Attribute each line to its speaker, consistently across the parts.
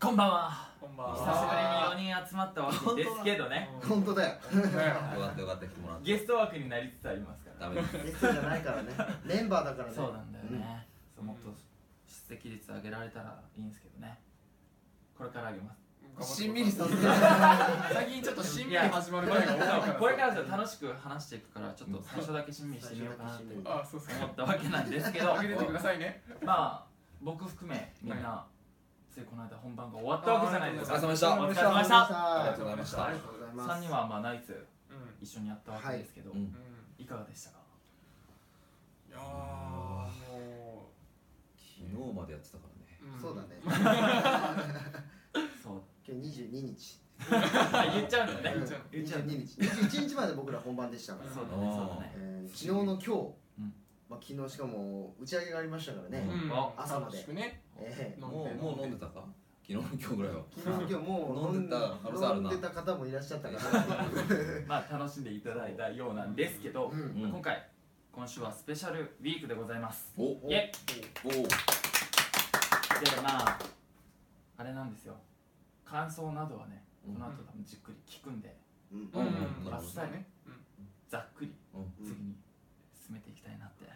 Speaker 1: こんばんは
Speaker 2: こんばん
Speaker 1: 久
Speaker 2: は
Speaker 1: しぶりに4人集まったわけですけどね
Speaker 3: 本当だよ
Speaker 4: よかったよかった来てもらって
Speaker 1: ゲスト枠になりつつありますから
Speaker 4: ダメです
Speaker 3: ゲストじゃないからねメンバーだからね
Speaker 1: そうなんだよね、そうもっと出席率上げられたらいいんですけどねこれから上げます
Speaker 3: うんしんみりさせて
Speaker 2: 最近ちょっとしんみり始まる前が多いから
Speaker 1: これからじゃ楽しく話していくからちょっと最初だけ親身してみようかなって
Speaker 3: 最初だけ親身
Speaker 2: あそうそう
Speaker 1: 思ったわけなんですけど
Speaker 2: 入れてくださいね
Speaker 1: まあ僕含めみんなついこの間本番が終わったわけじゃないです
Speaker 4: お疲
Speaker 1: か
Speaker 4: れ様でし
Speaker 1: お
Speaker 4: た
Speaker 1: 疲れ様
Speaker 4: あり
Speaker 1: でした
Speaker 4: が
Speaker 3: あ
Speaker 4: とうございまし
Speaker 2: あ
Speaker 4: た
Speaker 2: り
Speaker 3: り
Speaker 2: が
Speaker 3: が
Speaker 2: とうご
Speaker 3: とう
Speaker 2: ざ
Speaker 3: ござ
Speaker 1: 3人はまあナ
Speaker 2: い
Speaker 3: います
Speaker 1: イツ
Speaker 2: うん
Speaker 1: 一緒にやったわけですけど、
Speaker 4: はいうん
Speaker 2: うん
Speaker 1: いかがでしたか
Speaker 2: いやーも
Speaker 4: 昨日までやってたからね
Speaker 2: ううん
Speaker 3: そうだね
Speaker 1: そう
Speaker 3: 今日22日
Speaker 1: 言っちゃうんだね
Speaker 2: ちゃう
Speaker 1: 言っちゃう
Speaker 3: 22日21日まで僕ら本番でしたから
Speaker 1: そうだねそうだね
Speaker 3: えー昨日の今日
Speaker 1: うん
Speaker 3: まあ昨日しかも打ち上げがありましたからね
Speaker 2: うん
Speaker 1: あ
Speaker 3: 朝まで
Speaker 2: 楽しくね
Speaker 3: ええ
Speaker 4: もうもう飲んでたか昨日の今日ぐらいは
Speaker 3: 昨日今日もう
Speaker 4: 飲んでた可能性ある
Speaker 3: 飲ん
Speaker 4: な
Speaker 3: でた方もいらっしゃったから
Speaker 1: まあ楽しんでいただいたようなんですけど、
Speaker 3: うん
Speaker 4: うん
Speaker 1: 今回今週はスペシャルウィークでございます
Speaker 4: おお
Speaker 1: イエ
Speaker 4: お
Speaker 1: でまああれなんですよ感想などはね
Speaker 4: うん
Speaker 1: この後多分じっくり聞くんで
Speaker 3: うん
Speaker 2: うん
Speaker 4: うん
Speaker 2: あそうだね
Speaker 1: ざっくり
Speaker 4: うん
Speaker 1: 次に進めていきたいなって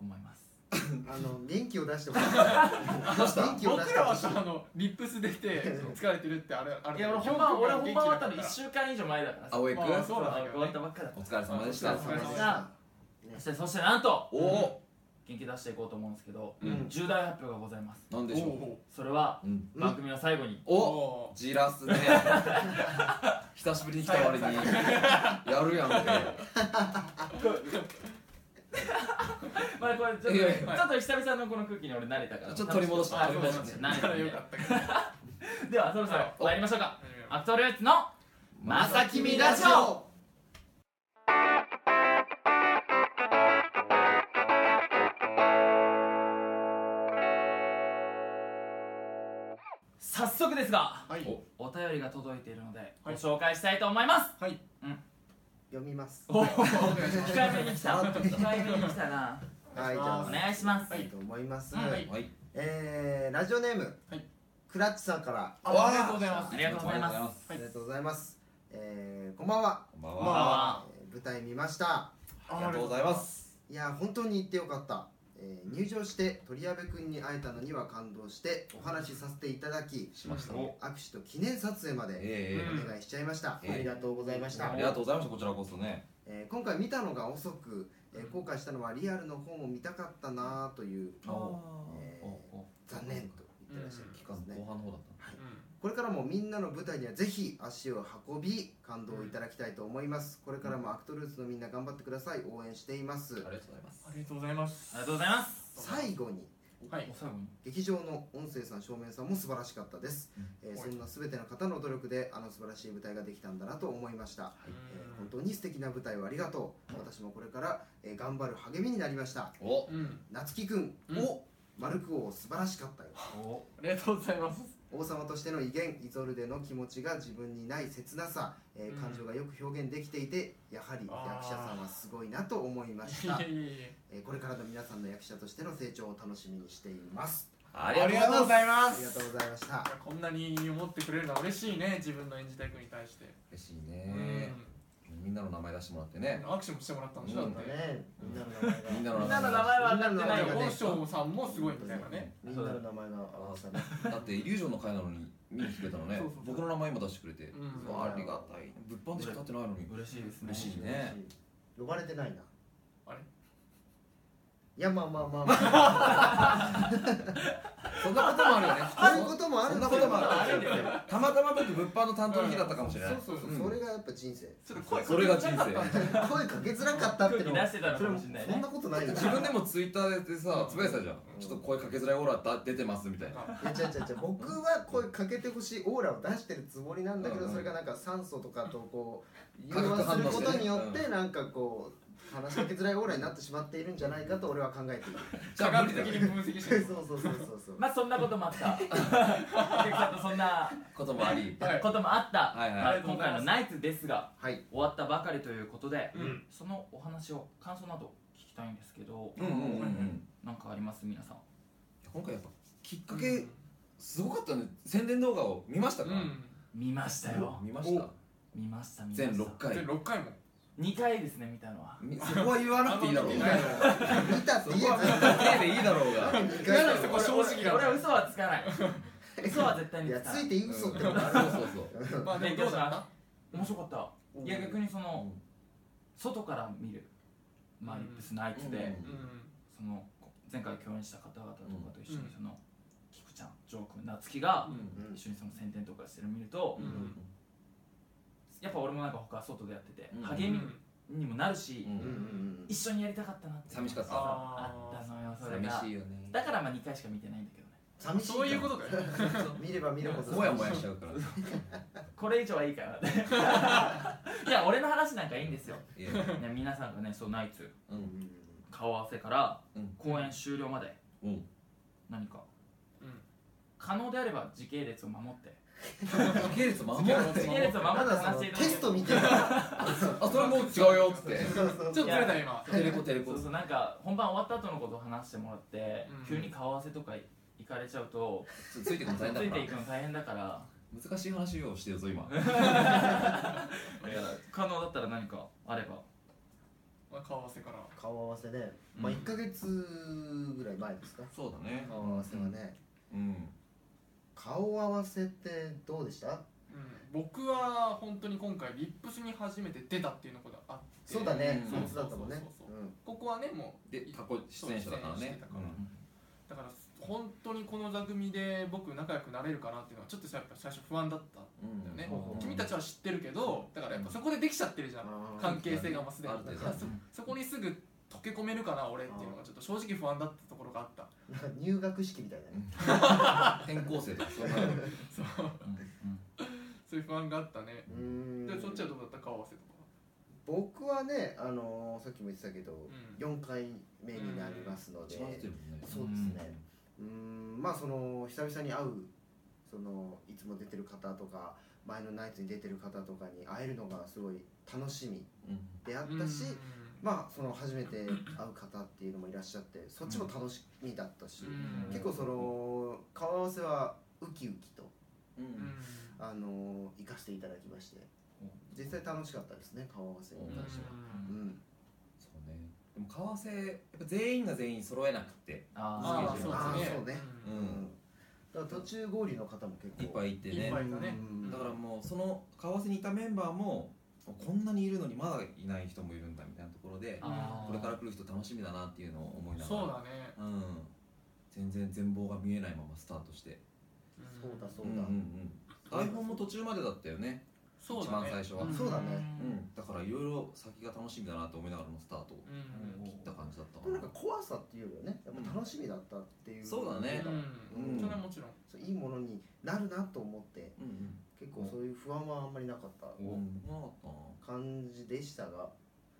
Speaker 1: 思います
Speaker 3: あの元気を出してもらって元気を出し
Speaker 2: 僕
Speaker 3: て
Speaker 2: ら
Speaker 3: ほ
Speaker 2: は
Speaker 3: しい
Speaker 2: さあのリップス出て疲れてるってあれあれ
Speaker 1: いや俺本番俺本番終わったの1
Speaker 2: 一緒
Speaker 1: 週間以上前だからさ
Speaker 4: 青江くん
Speaker 2: あそう
Speaker 1: そうだ
Speaker 2: だね
Speaker 1: 終わったばっかだっ
Speaker 4: お疲れ様でした
Speaker 2: お疲れ様でした
Speaker 1: そしてそしてなんと
Speaker 4: おお
Speaker 1: 元気出していこうと思うんですけど
Speaker 4: う
Speaker 3: うん
Speaker 4: ん
Speaker 1: 重大発表がございます
Speaker 4: なんでしょ
Speaker 2: お
Speaker 1: それは
Speaker 4: ううん
Speaker 3: うん
Speaker 1: 番組の最後に
Speaker 2: お
Speaker 4: お
Speaker 2: お
Speaker 4: じらすね久しぶりに来た割にやるやんけ
Speaker 1: まあこれちょっと
Speaker 4: いや
Speaker 1: ね
Speaker 4: い
Speaker 1: ち
Speaker 4: や
Speaker 1: ょっと久々のこの空気に俺慣れたから
Speaker 4: ちょっと取り戻した
Speaker 1: あ取り戻
Speaker 4: 取
Speaker 1: し
Speaker 4: り
Speaker 1: た慣れ
Speaker 2: だか
Speaker 1: た
Speaker 2: らよ
Speaker 1: ね
Speaker 2: かったけど
Speaker 1: ではそろそろ参りましょうかアクトルーツのまさきみラジオ
Speaker 3: オ
Speaker 1: 早速ですが
Speaker 2: はい
Speaker 4: お
Speaker 1: お便りが届いているのでご
Speaker 2: はい
Speaker 1: 紹介したいと思います
Speaker 2: はい
Speaker 3: 読みます
Speaker 1: お
Speaker 2: お願いします
Speaker 1: 控えめに来た控えめに来たな
Speaker 3: はいじゃあ
Speaker 1: お願いします
Speaker 3: したいと思います、
Speaker 2: はいはい
Speaker 4: はい
Speaker 3: えーラジオネーム、
Speaker 2: はい
Speaker 3: クラッチさんから
Speaker 2: あありがとうございます
Speaker 1: ありがとうございます
Speaker 4: ありがとう
Speaker 3: ありがとうございます、えーこんばんは、
Speaker 4: こんばん
Speaker 2: こんばん
Speaker 4: は
Speaker 2: は
Speaker 1: あ
Speaker 3: えー舞台見ました
Speaker 4: ありがとうございます
Speaker 3: いやー本当に行ってよかった、えー入場して鳥矢部君に会えたのには感動してお話しさせていただき
Speaker 4: しました
Speaker 1: お
Speaker 3: 握手と記念撮影まで
Speaker 4: えええ
Speaker 3: お願いしちゃいました、
Speaker 4: ええ
Speaker 3: ありがとうございまし
Speaker 4: え
Speaker 3: た
Speaker 4: ありがとうございましたこちらこそね
Speaker 3: えー今回見たのが遅く、えー後悔したのはリアルの方も見たかったなという、
Speaker 4: あ
Speaker 3: えー
Speaker 1: おお
Speaker 3: 残念と言ってらっしゃる
Speaker 4: 期
Speaker 3: 期
Speaker 4: 間
Speaker 3: 間ですね、
Speaker 4: 後半の方だった
Speaker 3: これからもみんなの舞台にはぜひ足を運び感動をいただきたいと思いますこれからもアクトルーツのみんな頑張ってください応援しています
Speaker 4: ありがとうございます
Speaker 2: ありがとうございます
Speaker 1: ありがとうございます
Speaker 3: 最後に
Speaker 2: はい
Speaker 1: お最後に
Speaker 3: 劇場の音声さん照明さんも素晴らしかったです、えー
Speaker 2: はい
Speaker 3: そんな全ての方の努力であの素晴らしい舞台ができたんだなと思いました、えー本当に素敵な舞台をありがとう私もこれから、えー頑張る励みになりました
Speaker 4: お
Speaker 2: うん
Speaker 3: 夏樹くん、
Speaker 2: うん
Speaker 3: お丸く王素晴らしかったよ
Speaker 1: お
Speaker 2: ありがとうございます
Speaker 3: 王様としての威厳イゾルデの気持ちが自分にない切なさ、えー
Speaker 2: うん
Speaker 3: 感情がよく表現できていてやはり役
Speaker 2: あー
Speaker 3: 者さんはすごいなと思いまし
Speaker 2: いや
Speaker 3: た
Speaker 2: い、やいや
Speaker 3: えーこれからの皆さんの役者としての成長を楽しみにしています
Speaker 4: あ
Speaker 2: いま
Speaker 3: ありがとうございました
Speaker 2: こんなに思ってくれるのは嬉しいね自分の演じた役に対して
Speaker 4: 嬉しいねみんなの名前出してもらってね
Speaker 2: 握手もしてもらったんでしょ
Speaker 4: う
Speaker 2: だっ
Speaker 4: ん
Speaker 2: て
Speaker 3: ねみんなの
Speaker 4: みん
Speaker 3: 名前
Speaker 4: な
Speaker 3: が
Speaker 4: の
Speaker 1: みん
Speaker 4: 名
Speaker 1: なの
Speaker 4: 前
Speaker 1: 名前は上がってなんい
Speaker 2: なか
Speaker 1: よ
Speaker 2: 本
Speaker 1: ね
Speaker 2: 性さんもすごいみたいなね
Speaker 3: みんなの名前が合わさね
Speaker 4: だってイリュージョンの回なのに見に来てくれたのね
Speaker 2: そうそうそう
Speaker 4: 僕の名前今出してくれて、
Speaker 2: うん
Speaker 4: うわありがたい物販でしか立ってないのに
Speaker 1: 嬉しいですね
Speaker 4: 嬉しいね
Speaker 3: 呼ばれてないな
Speaker 2: あれ
Speaker 3: いやまあまあまあ、まあ、
Speaker 4: そんなこともあるよね
Speaker 3: そういうこともあ
Speaker 4: そん
Speaker 3: るん
Speaker 4: な
Speaker 3: だ
Speaker 4: こ
Speaker 3: け
Speaker 4: と
Speaker 3: ど
Speaker 4: もあるよねたまたま僕物販の担当の日だったかもしれない、
Speaker 2: そうそうそう
Speaker 4: うん
Speaker 3: それがやっぱ人生
Speaker 2: ちょっと声
Speaker 4: それが人生
Speaker 3: 声かけづらかったって
Speaker 1: 空
Speaker 3: の
Speaker 1: 気出してたのかもしれないね
Speaker 3: そんなことないよ
Speaker 4: 自分でもツイッターでさつぶやいてたじゃん、ちょっと声かけづらいオーラだ出てますみたいな
Speaker 3: え違う違う違う僕は声かけてほしいオーラを出してるつもりなんだけど、
Speaker 4: うんうん
Speaker 3: それがなんか酸素とかとこう
Speaker 4: 化
Speaker 3: 融
Speaker 4: 学
Speaker 3: 和
Speaker 4: 反
Speaker 3: す
Speaker 4: 応で
Speaker 3: る
Speaker 4: ね
Speaker 3: ことによっ
Speaker 4: う
Speaker 3: てなんかこう話しかけづらいオーラになってしまっているんじゃないかと俺は考えている
Speaker 4: じ
Speaker 2: 科
Speaker 4: ゃあ
Speaker 2: 学
Speaker 4: 無理だ
Speaker 2: 的
Speaker 4: よ
Speaker 2: に分析し
Speaker 3: そう
Speaker 2: て
Speaker 3: そうそうそうそう
Speaker 1: まあそんなこともあった お客さんとそんな
Speaker 4: こともあり
Speaker 2: はい
Speaker 1: こともあった、
Speaker 4: はいはい
Speaker 1: まあ今回のナイツですが
Speaker 3: はい
Speaker 1: 終わったばかりということで、
Speaker 2: うん
Speaker 1: そのお話を感想など聞きたいんですけど
Speaker 4: うんうんうんうん
Speaker 1: なんかあります皆さん
Speaker 4: 今回やっぱきっかけすごかったね宣伝動画を見ましたか、
Speaker 2: うん
Speaker 1: 見ましたよ
Speaker 4: 見ました
Speaker 1: 見ました見ました
Speaker 4: 全6回
Speaker 2: 全6回も
Speaker 1: 2回ですね見たのは
Speaker 4: みそこは言わなくていいだろう
Speaker 2: あん
Speaker 4: が
Speaker 2: ま見て
Speaker 3: 見たって
Speaker 4: そ
Speaker 3: 言え
Speaker 4: こは
Speaker 3: ば
Speaker 4: 別に手でいいだろうが
Speaker 3: 一回だ
Speaker 2: そ
Speaker 3: ろ
Speaker 2: こは正直なんだ
Speaker 1: 俺俺は嘘はつかない嘘は絶対
Speaker 3: い
Speaker 1: に
Speaker 3: や
Speaker 1: つか
Speaker 3: つ
Speaker 1: ないい
Speaker 3: ていい嘘っての
Speaker 4: そう
Speaker 3: がある
Speaker 4: そうそう
Speaker 2: まあでもどうだった
Speaker 1: 面白かったいや逆にその外から見るまあ
Speaker 2: うん
Speaker 1: リップスナイツ
Speaker 4: う
Speaker 1: で
Speaker 4: ん
Speaker 2: う
Speaker 1: その前回共演した方々とかと一緒
Speaker 2: う
Speaker 1: に
Speaker 2: ん
Speaker 1: その菊ちゃんジョー君夏樹が
Speaker 4: うん
Speaker 1: 一緒にその宣伝とかしてるの見ると
Speaker 4: うんうん
Speaker 1: やっぱ俺もなんか他外でやってて
Speaker 4: うん
Speaker 1: 励みにもなるし
Speaker 4: うん
Speaker 3: うんうん
Speaker 1: 一緒にやりたかったなって
Speaker 4: 寂しかった
Speaker 1: そうあったのよそれが
Speaker 4: 寂しいよね
Speaker 1: だからまあ2回しか見てないんだけどね
Speaker 3: 寂しい
Speaker 2: そういうこと だよ
Speaker 3: 見れば見るほど
Speaker 4: もやもやしちゃうから
Speaker 1: これ以上はいいかなって いや俺の話なんかいいんですよ、
Speaker 4: いや
Speaker 1: ね、皆さんがねそうナイツ
Speaker 4: う
Speaker 3: うん
Speaker 4: ん
Speaker 1: 顔合わせから
Speaker 4: うん
Speaker 1: 公演終了まで
Speaker 4: うん
Speaker 1: 何か
Speaker 2: うん
Speaker 1: 可能であれば時系列を守って
Speaker 4: 時系列守る
Speaker 2: 時
Speaker 1: 時系列を守
Speaker 3: ま
Speaker 1: って
Speaker 3: だその
Speaker 1: 話してい
Speaker 3: テ
Speaker 1: ただけ
Speaker 3: スト見てるから
Speaker 4: あそれはもう違うよっつって
Speaker 3: そうそう
Speaker 2: ちょっとずれた今
Speaker 4: テレコテレコ
Speaker 1: そうそうなんか本番終わった後のことを話してもらって、
Speaker 2: うん
Speaker 1: 急に顔合わせとか行かれちゃうと
Speaker 4: ついてくの
Speaker 1: つ
Speaker 4: 大変だ
Speaker 1: い
Speaker 4: か
Speaker 1: て
Speaker 4: ら
Speaker 1: いくの大変だから
Speaker 4: 難しい話をしてるぞ今
Speaker 1: いや可能だったら何かあれば
Speaker 2: まあ顔合わせから
Speaker 3: 顔合わせでまあ
Speaker 1: うん
Speaker 3: 1ヶ月ぐらい前ですか
Speaker 4: そうだね
Speaker 3: 顔合わせはね
Speaker 4: うん
Speaker 3: 顔合わせってどうでし
Speaker 2: う
Speaker 3: た
Speaker 2: ん僕は本当に今回リップスに初めて出たっていうのがあって
Speaker 3: そうだね
Speaker 4: うん
Speaker 3: 初だったもんね
Speaker 2: そうそうそうここはねもう
Speaker 4: で過去出演者だから
Speaker 2: そう出演し
Speaker 4: ね
Speaker 2: てたからだから本当にこの座組で僕仲良くなれるかなっていうのはちょっとやっぱ最初不安だった
Speaker 4: うんうん
Speaker 2: んだよね
Speaker 3: うん
Speaker 2: 君たちは知ってるけどだからやっぱそこでできちゃってるじゃん
Speaker 3: あー
Speaker 2: 関係性がもうすでに
Speaker 4: ある程度
Speaker 2: だからそそこにすぐ溶け込めるかな俺っていうのがちょっと正直不安だったところがあった
Speaker 3: なんか 入学式みたいだね
Speaker 4: 転校生とかそうなる
Speaker 2: そう そういう不安があったね
Speaker 3: うーん
Speaker 2: でそっちはどうだった顔合わせとか
Speaker 3: 僕はねあのーさっきも言ってたけど
Speaker 2: ん
Speaker 3: 4回目になりますので
Speaker 4: 一番出てるもんね
Speaker 3: そうですねうーんまあその久々に会うそのいつも出てる方とか前のナイツに出てる方とかに会えるのがすごい楽しみ
Speaker 4: うん
Speaker 3: であったし、まあその初めて会う方っていうのもいらっしゃってそっちも楽しみだったし、
Speaker 2: うん
Speaker 3: 結構その顔合わせはウキウキと、
Speaker 2: う
Speaker 4: う
Speaker 2: ん
Speaker 4: ん
Speaker 3: あの行かせていただきまして実際楽しかったですね顔合わせに
Speaker 2: うん
Speaker 3: 関しては。
Speaker 2: う
Speaker 3: う
Speaker 2: ん
Speaker 3: ん
Speaker 4: そうねでも顔合わせやっぱ全員が全員揃えなくて
Speaker 1: あー
Speaker 2: ああ
Speaker 1: スケジュール
Speaker 2: そう
Speaker 3: あ
Speaker 2: で
Speaker 3: ー
Speaker 2: すね
Speaker 3: そうね
Speaker 2: うん
Speaker 4: うん
Speaker 3: だから途中合流の方も結構
Speaker 4: いっぱいいて
Speaker 2: い
Speaker 4: ね
Speaker 2: っぱいいたね
Speaker 3: うん
Speaker 4: だからもうその顔合わせにいたメンバーもこんなにいるのにまだいない人もいるんだみたいなところで
Speaker 1: あー
Speaker 4: これから来る人楽しみだなっていうのを思いながら
Speaker 2: そうだね
Speaker 4: うん全然全貌が見えないままスタートして
Speaker 3: そうだそうだ、
Speaker 4: んうんうん、台本も途中までだったよね
Speaker 2: そうだね
Speaker 4: 一番最初は
Speaker 2: ん
Speaker 3: そうだね
Speaker 4: うんだからいろいろ先が楽しみだなと思いながらのスタートを
Speaker 2: うん
Speaker 1: うん
Speaker 4: 切った感じだった
Speaker 3: でもなんか怖さっていうよりはねやっぱ楽しみだったっていう、
Speaker 4: うんそうだね
Speaker 2: うん
Speaker 4: うん
Speaker 2: それはもちろん
Speaker 3: そういいものになるなと思って
Speaker 4: うん
Speaker 3: 結構そういう不安はあんまりなかった
Speaker 4: うんうんなかった
Speaker 3: 感じでしたが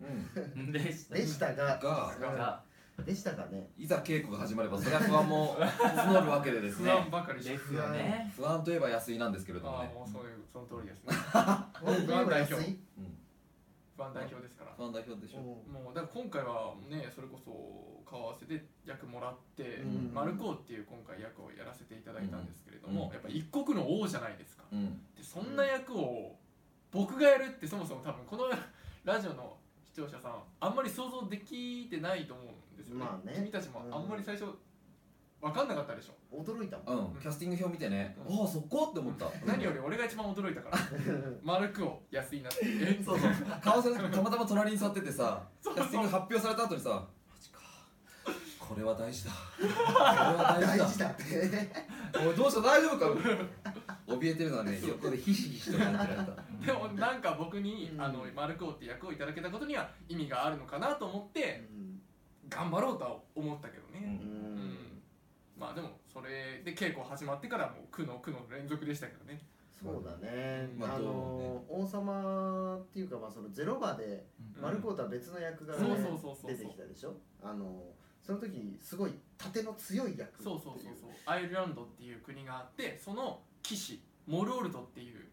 Speaker 4: なうん
Speaker 1: でした
Speaker 3: でしたが
Speaker 4: が
Speaker 1: が
Speaker 3: でしたかね
Speaker 4: いざ稽古が始まればそりゃ不安も募るわけでです
Speaker 2: 不
Speaker 4: ね
Speaker 2: 安ばかりして
Speaker 1: ですよね
Speaker 4: 不安といえば安井なんですけれども
Speaker 2: ああ
Speaker 4: ね
Speaker 2: もうそういうその通りですね
Speaker 3: 不安
Speaker 2: 代表
Speaker 3: 安い
Speaker 4: うん
Speaker 2: 不安代表ですから
Speaker 4: 不安代表でしょ
Speaker 3: も
Speaker 2: もうだから今回はねそれこそ顔合わせで役もらって、
Speaker 3: うん
Speaker 2: マルコーっていう今回役をやらせていただいたんですけれども、
Speaker 4: うん
Speaker 2: やっぱ一国の王じゃないですか
Speaker 4: うん
Speaker 2: でそんな役を僕がやるってそもそも多分このラジオの視聴者さんあんまり想像できてないと思うんですよね,、
Speaker 3: まあね
Speaker 2: 君たちもあんまり最初分かんなかったでしょ、
Speaker 3: う驚いたもん
Speaker 4: うんキャスティング表見てね
Speaker 2: うん
Speaker 4: ああそこって思った
Speaker 2: 何より俺が一番驚いたからマルコー安いなってえ
Speaker 4: そうそう顔合わせの時たまたま隣に座っててさキ
Speaker 2: そう
Speaker 4: ャスティング発表された後にさマジかこれは大事だこれは大事
Speaker 3: 大
Speaker 4: だ
Speaker 3: 事だっ て
Speaker 4: おいどうした大丈夫か怯えてるのはね横でひしひしと感じられた
Speaker 2: でもなんか僕に、
Speaker 3: うん
Speaker 2: あのマルコーって役をいただけたことには意味があるのかなと思って、
Speaker 3: うん
Speaker 2: 頑張ろうとは思ったけど
Speaker 4: う
Speaker 2: ね、
Speaker 3: うん
Speaker 2: うん
Speaker 3: ん
Speaker 2: まあでもそれで稽古始まってからもう苦の苦の連続でしたけどね
Speaker 3: そうだね、
Speaker 4: まあ
Speaker 3: あ
Speaker 4: どう
Speaker 3: の王様っていうかまあそのゼロバーで
Speaker 1: うん
Speaker 3: マルコーとは別の役がね
Speaker 2: そうそうそうそう
Speaker 3: 出てきたでしょあのその時すごい盾の強い役ってい
Speaker 2: そうそうそうそうアイルランドっていう国があってその騎士モルオルトっていう、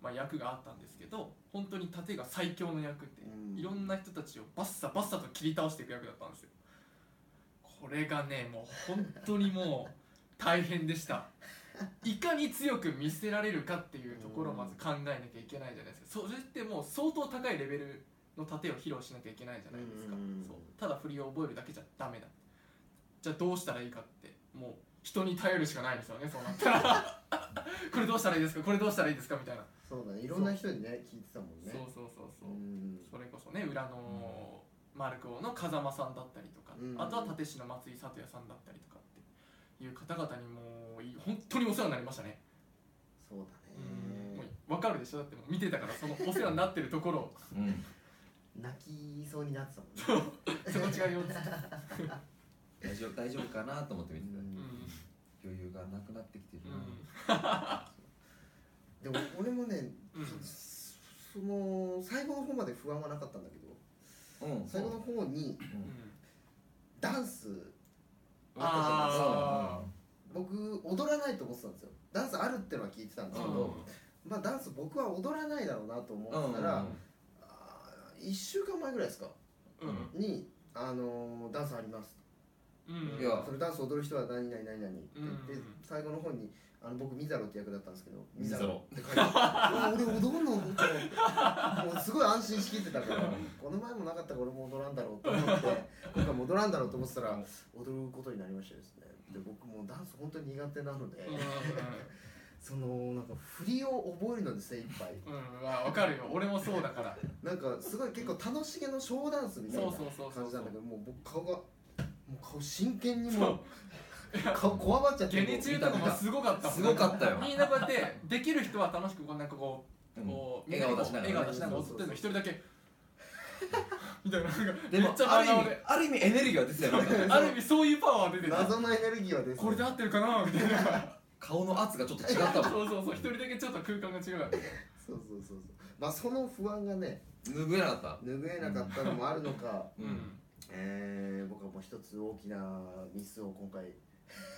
Speaker 2: まあ、役があったんですけど本当に盾が最強の役って、
Speaker 3: うん
Speaker 2: いろんな人たちをバッサバッサと切り倒していく役だったんですよこれがねもう本当にもう大変でしたいかに強く見せられるかっていうところをまず考えなきゃいけないじゃないですかそれってもう相当高いレベルの盾を披露しなきゃいけないじゃないですか
Speaker 3: うん
Speaker 2: そうただ振りを覚えるだけじゃダメだじゃあどうしたらいいかってもう人に頼るしかないですよねそうなったら これどうしたらいいですかこれどうしたらいいですかみたいな、
Speaker 3: そうだねいろんな人にね聞いてたもんね
Speaker 2: そうそうそうそう、
Speaker 3: うん
Speaker 2: それこそね裏のマルクオの風間さんだったりとか、
Speaker 3: うん
Speaker 2: あとは立石の松井里也さんだったりとかっていう方々にもうい本当にお世話になりましたね、
Speaker 3: そうだ
Speaker 2: も
Speaker 3: ね
Speaker 2: う分かるでしょだってもう見てたからそのお世話になってるところを
Speaker 4: うん
Speaker 3: 泣きそうになってたもんね
Speaker 2: その違いをつけて、
Speaker 4: 大丈夫大丈夫かなと思って見てた
Speaker 2: うん
Speaker 4: 余裕がなくなってきてる
Speaker 2: う
Speaker 4: な、
Speaker 2: ん
Speaker 3: でも俺もね
Speaker 2: うん
Speaker 3: そその最後の方まで不安はなかったんだけど
Speaker 4: うん
Speaker 3: 最後の方に
Speaker 2: うん
Speaker 3: ダンス
Speaker 2: あ
Speaker 3: 僕踊らないと思ってたんですよダンスあるってのは聞いてたんですけ
Speaker 4: うん
Speaker 3: ど、まあダンス僕は踊らないだろうなと思ってたら、あー1週間前ぐらいですか
Speaker 2: うんうん
Speaker 3: に、あのーダンスあります
Speaker 2: うん
Speaker 4: いや
Speaker 3: それダンス踊る人は何々何々って言って、
Speaker 2: うん
Speaker 3: 最後の方にあの僕ミザロって役だったんですけど
Speaker 4: ミザロ
Speaker 3: って書いてあるうわ俺踊るのと思ってもうすごい安心しきってたからこの前もなかったから俺も踊らんだろうと思って今回も踊らんだろうと思ってたら踊ることになりましてですねで僕もうダンス本当に苦手なので、そのなんか振りを覚えるので精一杯
Speaker 2: うんうんうんわかるよ俺もそうだから
Speaker 3: なんかすごい結構楽しげのショーダンスみたいな
Speaker 2: そうそうそうそう
Speaker 3: 感じなんだけどもう僕顔がもう顔真剣にも
Speaker 2: そう
Speaker 3: 顔こわばっちゃって
Speaker 2: ゲ
Speaker 3: もう
Speaker 2: ネ中とかもすごかったもん
Speaker 4: すごかったよ
Speaker 2: みんなこうやってできる人は楽しくこうなんかこう,、
Speaker 4: うん
Speaker 2: こう
Speaker 4: 笑顔出しながらね
Speaker 2: 笑顔出しながら踊ってるの一人だ けみたいななんか
Speaker 4: で
Speaker 2: め
Speaker 4: も
Speaker 2: っちゃ
Speaker 4: あ
Speaker 2: 真
Speaker 4: る意
Speaker 2: 顔
Speaker 4: 味
Speaker 2: で
Speaker 4: ある意味エネルギーは出てたよね
Speaker 2: ある意味そういうパワーが出てた
Speaker 3: 謎のエネルギーはです
Speaker 2: これで合ってるかなみたいな
Speaker 4: 顔の圧がちょっと違ったもん
Speaker 2: そうそうそう一人だけちょっと空間が違う
Speaker 3: そうそうそうそうまあその不安がね
Speaker 4: 拭えなかった
Speaker 3: 拭えなかったのもあるのか、
Speaker 2: うん、
Speaker 3: えー、僕はもう一つ大きなミスを 今回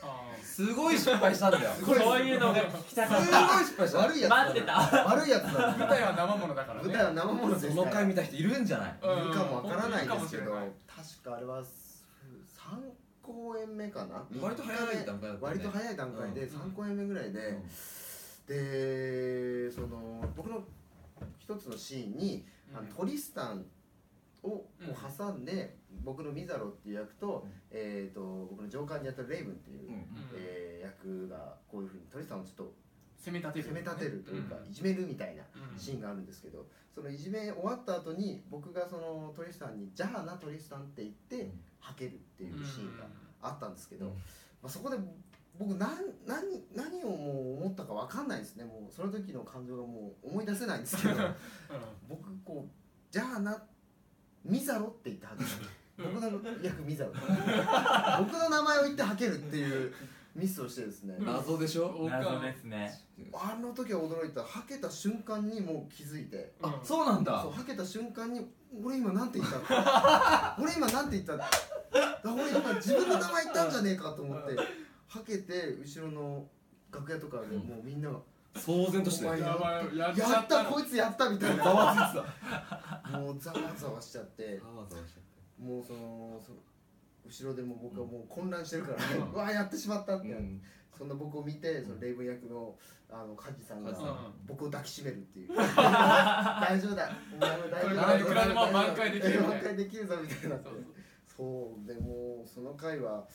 Speaker 2: あ
Speaker 4: すごい失敗したんだよ
Speaker 1: こういうのが聞きた
Speaker 4: す
Speaker 1: か
Speaker 4: ごい
Speaker 1: った
Speaker 4: 失敗した
Speaker 3: 悪いやつ
Speaker 1: 待ってた
Speaker 3: 悪いやつ
Speaker 2: あ
Speaker 3: だ
Speaker 2: 舞台は生ものだからね
Speaker 3: 舞台は生ものです
Speaker 4: その
Speaker 3: から
Speaker 4: 回
Speaker 3: い
Speaker 4: 見た人いるんじゃない
Speaker 2: うん
Speaker 3: るかもわからな
Speaker 2: 本当にいる
Speaker 3: いですけど
Speaker 2: かもしれない
Speaker 3: 確かあれは3公演目かな
Speaker 4: 割と早い段階だった
Speaker 3: 割と
Speaker 4: い
Speaker 3: 早い段階で
Speaker 2: ん
Speaker 3: 3公演目ぐらいで、でその僕の一つのシーンに、あのトリスタンをこう挟んで、僕のミザロっていう役と,、
Speaker 4: うん
Speaker 3: えー、と僕の上官にあたるレイブンっていう、
Speaker 2: うん
Speaker 3: えー役がこういうふうにトリスタンをちょっ
Speaker 2: 攻め立
Speaker 3: と
Speaker 2: てる
Speaker 3: 攻め立てるというか、
Speaker 2: ん
Speaker 3: いじめるみたいな
Speaker 2: うん
Speaker 3: シーンがあるんですけど、そのいじめ終わった後に僕がそのトリスタンに「じゃあなトリスタン」って言って、
Speaker 4: うん
Speaker 3: はけるっていうシーンがあったんですけど、
Speaker 4: うん
Speaker 3: まあ、そこで僕何何何をもう思ったか分かんないですねもうその時の感情がもう思い出せないんですけど僕こう「じゃあなミザロ」って言ってはける僕の役ミザロ僕の名前を言ってはけるっていうミスをしてですね
Speaker 4: 謎でしょ
Speaker 2: うん
Speaker 1: 謎ですね
Speaker 3: あの時は驚いたはけた瞬間にもう気づいて
Speaker 4: あそうなんだ
Speaker 3: そうはけた瞬間に「俺今なんて言ったの俺今なんて言ったのだ俺今自分の名前言ったんじゃねえか」と思ってはけて後ろの楽屋とかで
Speaker 4: うん
Speaker 3: もうみんなが
Speaker 4: 騒然として
Speaker 3: お前
Speaker 4: た
Speaker 3: や
Speaker 2: やばいや
Speaker 3: 「
Speaker 2: っち
Speaker 3: や
Speaker 2: ゃ
Speaker 3: っ
Speaker 2: った
Speaker 3: た
Speaker 2: の
Speaker 3: こいつやった」みたい
Speaker 4: ざ
Speaker 3: な
Speaker 4: わついてた
Speaker 3: もうざわざわしちゃって
Speaker 4: ざわざわしちゃっ
Speaker 3: もうそのその後ろでもう僕はもう混乱してるから
Speaker 2: うん
Speaker 3: 「うわやってしまった」っててなってそんな僕を見てそのレイブン役のあのカジさんが
Speaker 4: カジ
Speaker 2: さん
Speaker 3: 僕を抱きしめるっていう大丈夫だお前も大丈夫
Speaker 2: これぐら
Speaker 3: だ
Speaker 2: いいくらでも
Speaker 3: 大丈夫だ
Speaker 2: 挽回できるね
Speaker 3: 挽回できるぞみたいな
Speaker 2: そう
Speaker 3: そうでもうその回は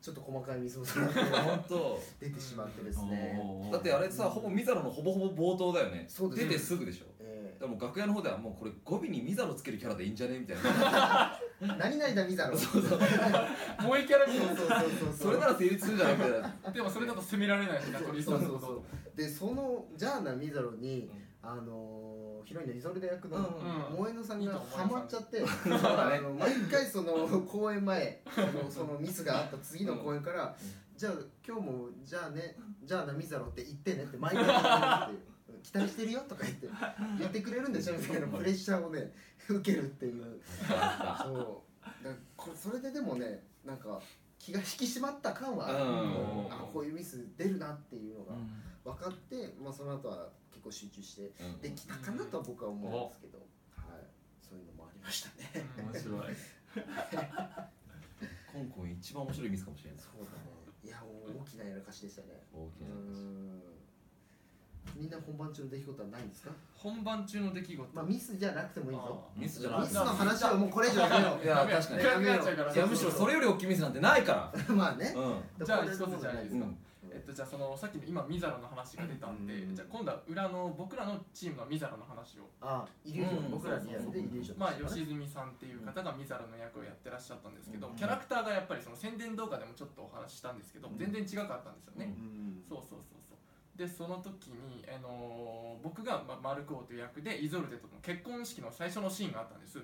Speaker 3: ちょっと細かいミスもそれが
Speaker 4: 本当
Speaker 3: 出てしまってですね
Speaker 4: だってあれさほぼミザロのほぼほぼ冒頭だよね
Speaker 3: そうです
Speaker 4: 出てすぐでしょ
Speaker 3: え
Speaker 4: でもう楽屋の方ではもうこれ語尾にミザロつけるキャラでいいんじゃねみたいな
Speaker 3: え何々だ見たろ
Speaker 4: そうそう
Speaker 2: 萌えキャラ
Speaker 3: そう
Speaker 2: に
Speaker 3: そうそうそう
Speaker 4: それなら成立するんじゃないみたいな
Speaker 2: でもそれだと責められないしな
Speaker 3: そ
Speaker 2: ト
Speaker 3: う
Speaker 2: リス
Speaker 3: そ
Speaker 2: タ
Speaker 3: う
Speaker 2: ンのこ
Speaker 3: そうそ
Speaker 2: と
Speaker 3: うでそのじゃあなみざろに
Speaker 4: うん
Speaker 3: あのーヒロインのイソルダ役の、
Speaker 4: うん
Speaker 2: うん
Speaker 3: 萌えのさんが
Speaker 2: いいと思います
Speaker 3: ハマっちゃって、
Speaker 4: だね
Speaker 3: あの毎回その公演前そのそのミスがあった次の公演から、じゃあ今日もじゃあねじゃあなみざろって言ってねって毎回言ってるっていう期待してるよとか言って言ってくれるんでしょみたいなプレッシャーをね受けるっていうそうだからこれそれででもねなんか気が引き締まった感はある、
Speaker 4: うん
Speaker 3: あこういうミス出るなっていうのが分かって、まあ、その後は結構集中して
Speaker 4: うん
Speaker 3: できたかなとは僕は思うんですけど、はい、そういうのもあ りましたね。
Speaker 2: うん
Speaker 1: 面白い
Speaker 4: コンコン一番面白いミスかもしれない
Speaker 3: そうだね。いやお大きなやらかしでしたね
Speaker 4: 大きな
Speaker 3: うーんみんな本番中の出来事はないんですか
Speaker 2: 本番中の出来事
Speaker 3: まあミスじゃなくてもいいぞ
Speaker 2: あ
Speaker 4: ミスじゃない
Speaker 3: ミスの話はもうこれ以上やめよ
Speaker 4: いや確かに
Speaker 2: 暗くなっちゃうから
Speaker 4: いやむしろそれより大きいミスなんてないか
Speaker 3: うまあね
Speaker 4: らうん
Speaker 2: じゃあ一つじゃないです
Speaker 4: う
Speaker 2: か
Speaker 4: ん
Speaker 2: えっとじゃあそのさっきの今ミザロの話が出たんで、
Speaker 3: うん
Speaker 2: じゃあ今度は裏の僕らのチームのミザロの話を
Speaker 3: あイリュージョン、
Speaker 4: うん
Speaker 3: 僕らリアルでイリュージョン
Speaker 2: まあ吉住さんっていう方がミザロの役をやってらっしゃったんですけど、
Speaker 3: うん
Speaker 2: キャラクターがやっぱりその宣伝動画でもちょっとお話ししたんですけど、
Speaker 4: うん
Speaker 2: 全然違かったんですよね、
Speaker 3: うん
Speaker 2: そうそうそうそうでその時に、あのー僕が、ま、マルクオという役でイゾルデとの結婚式の最初のシーンがあったんです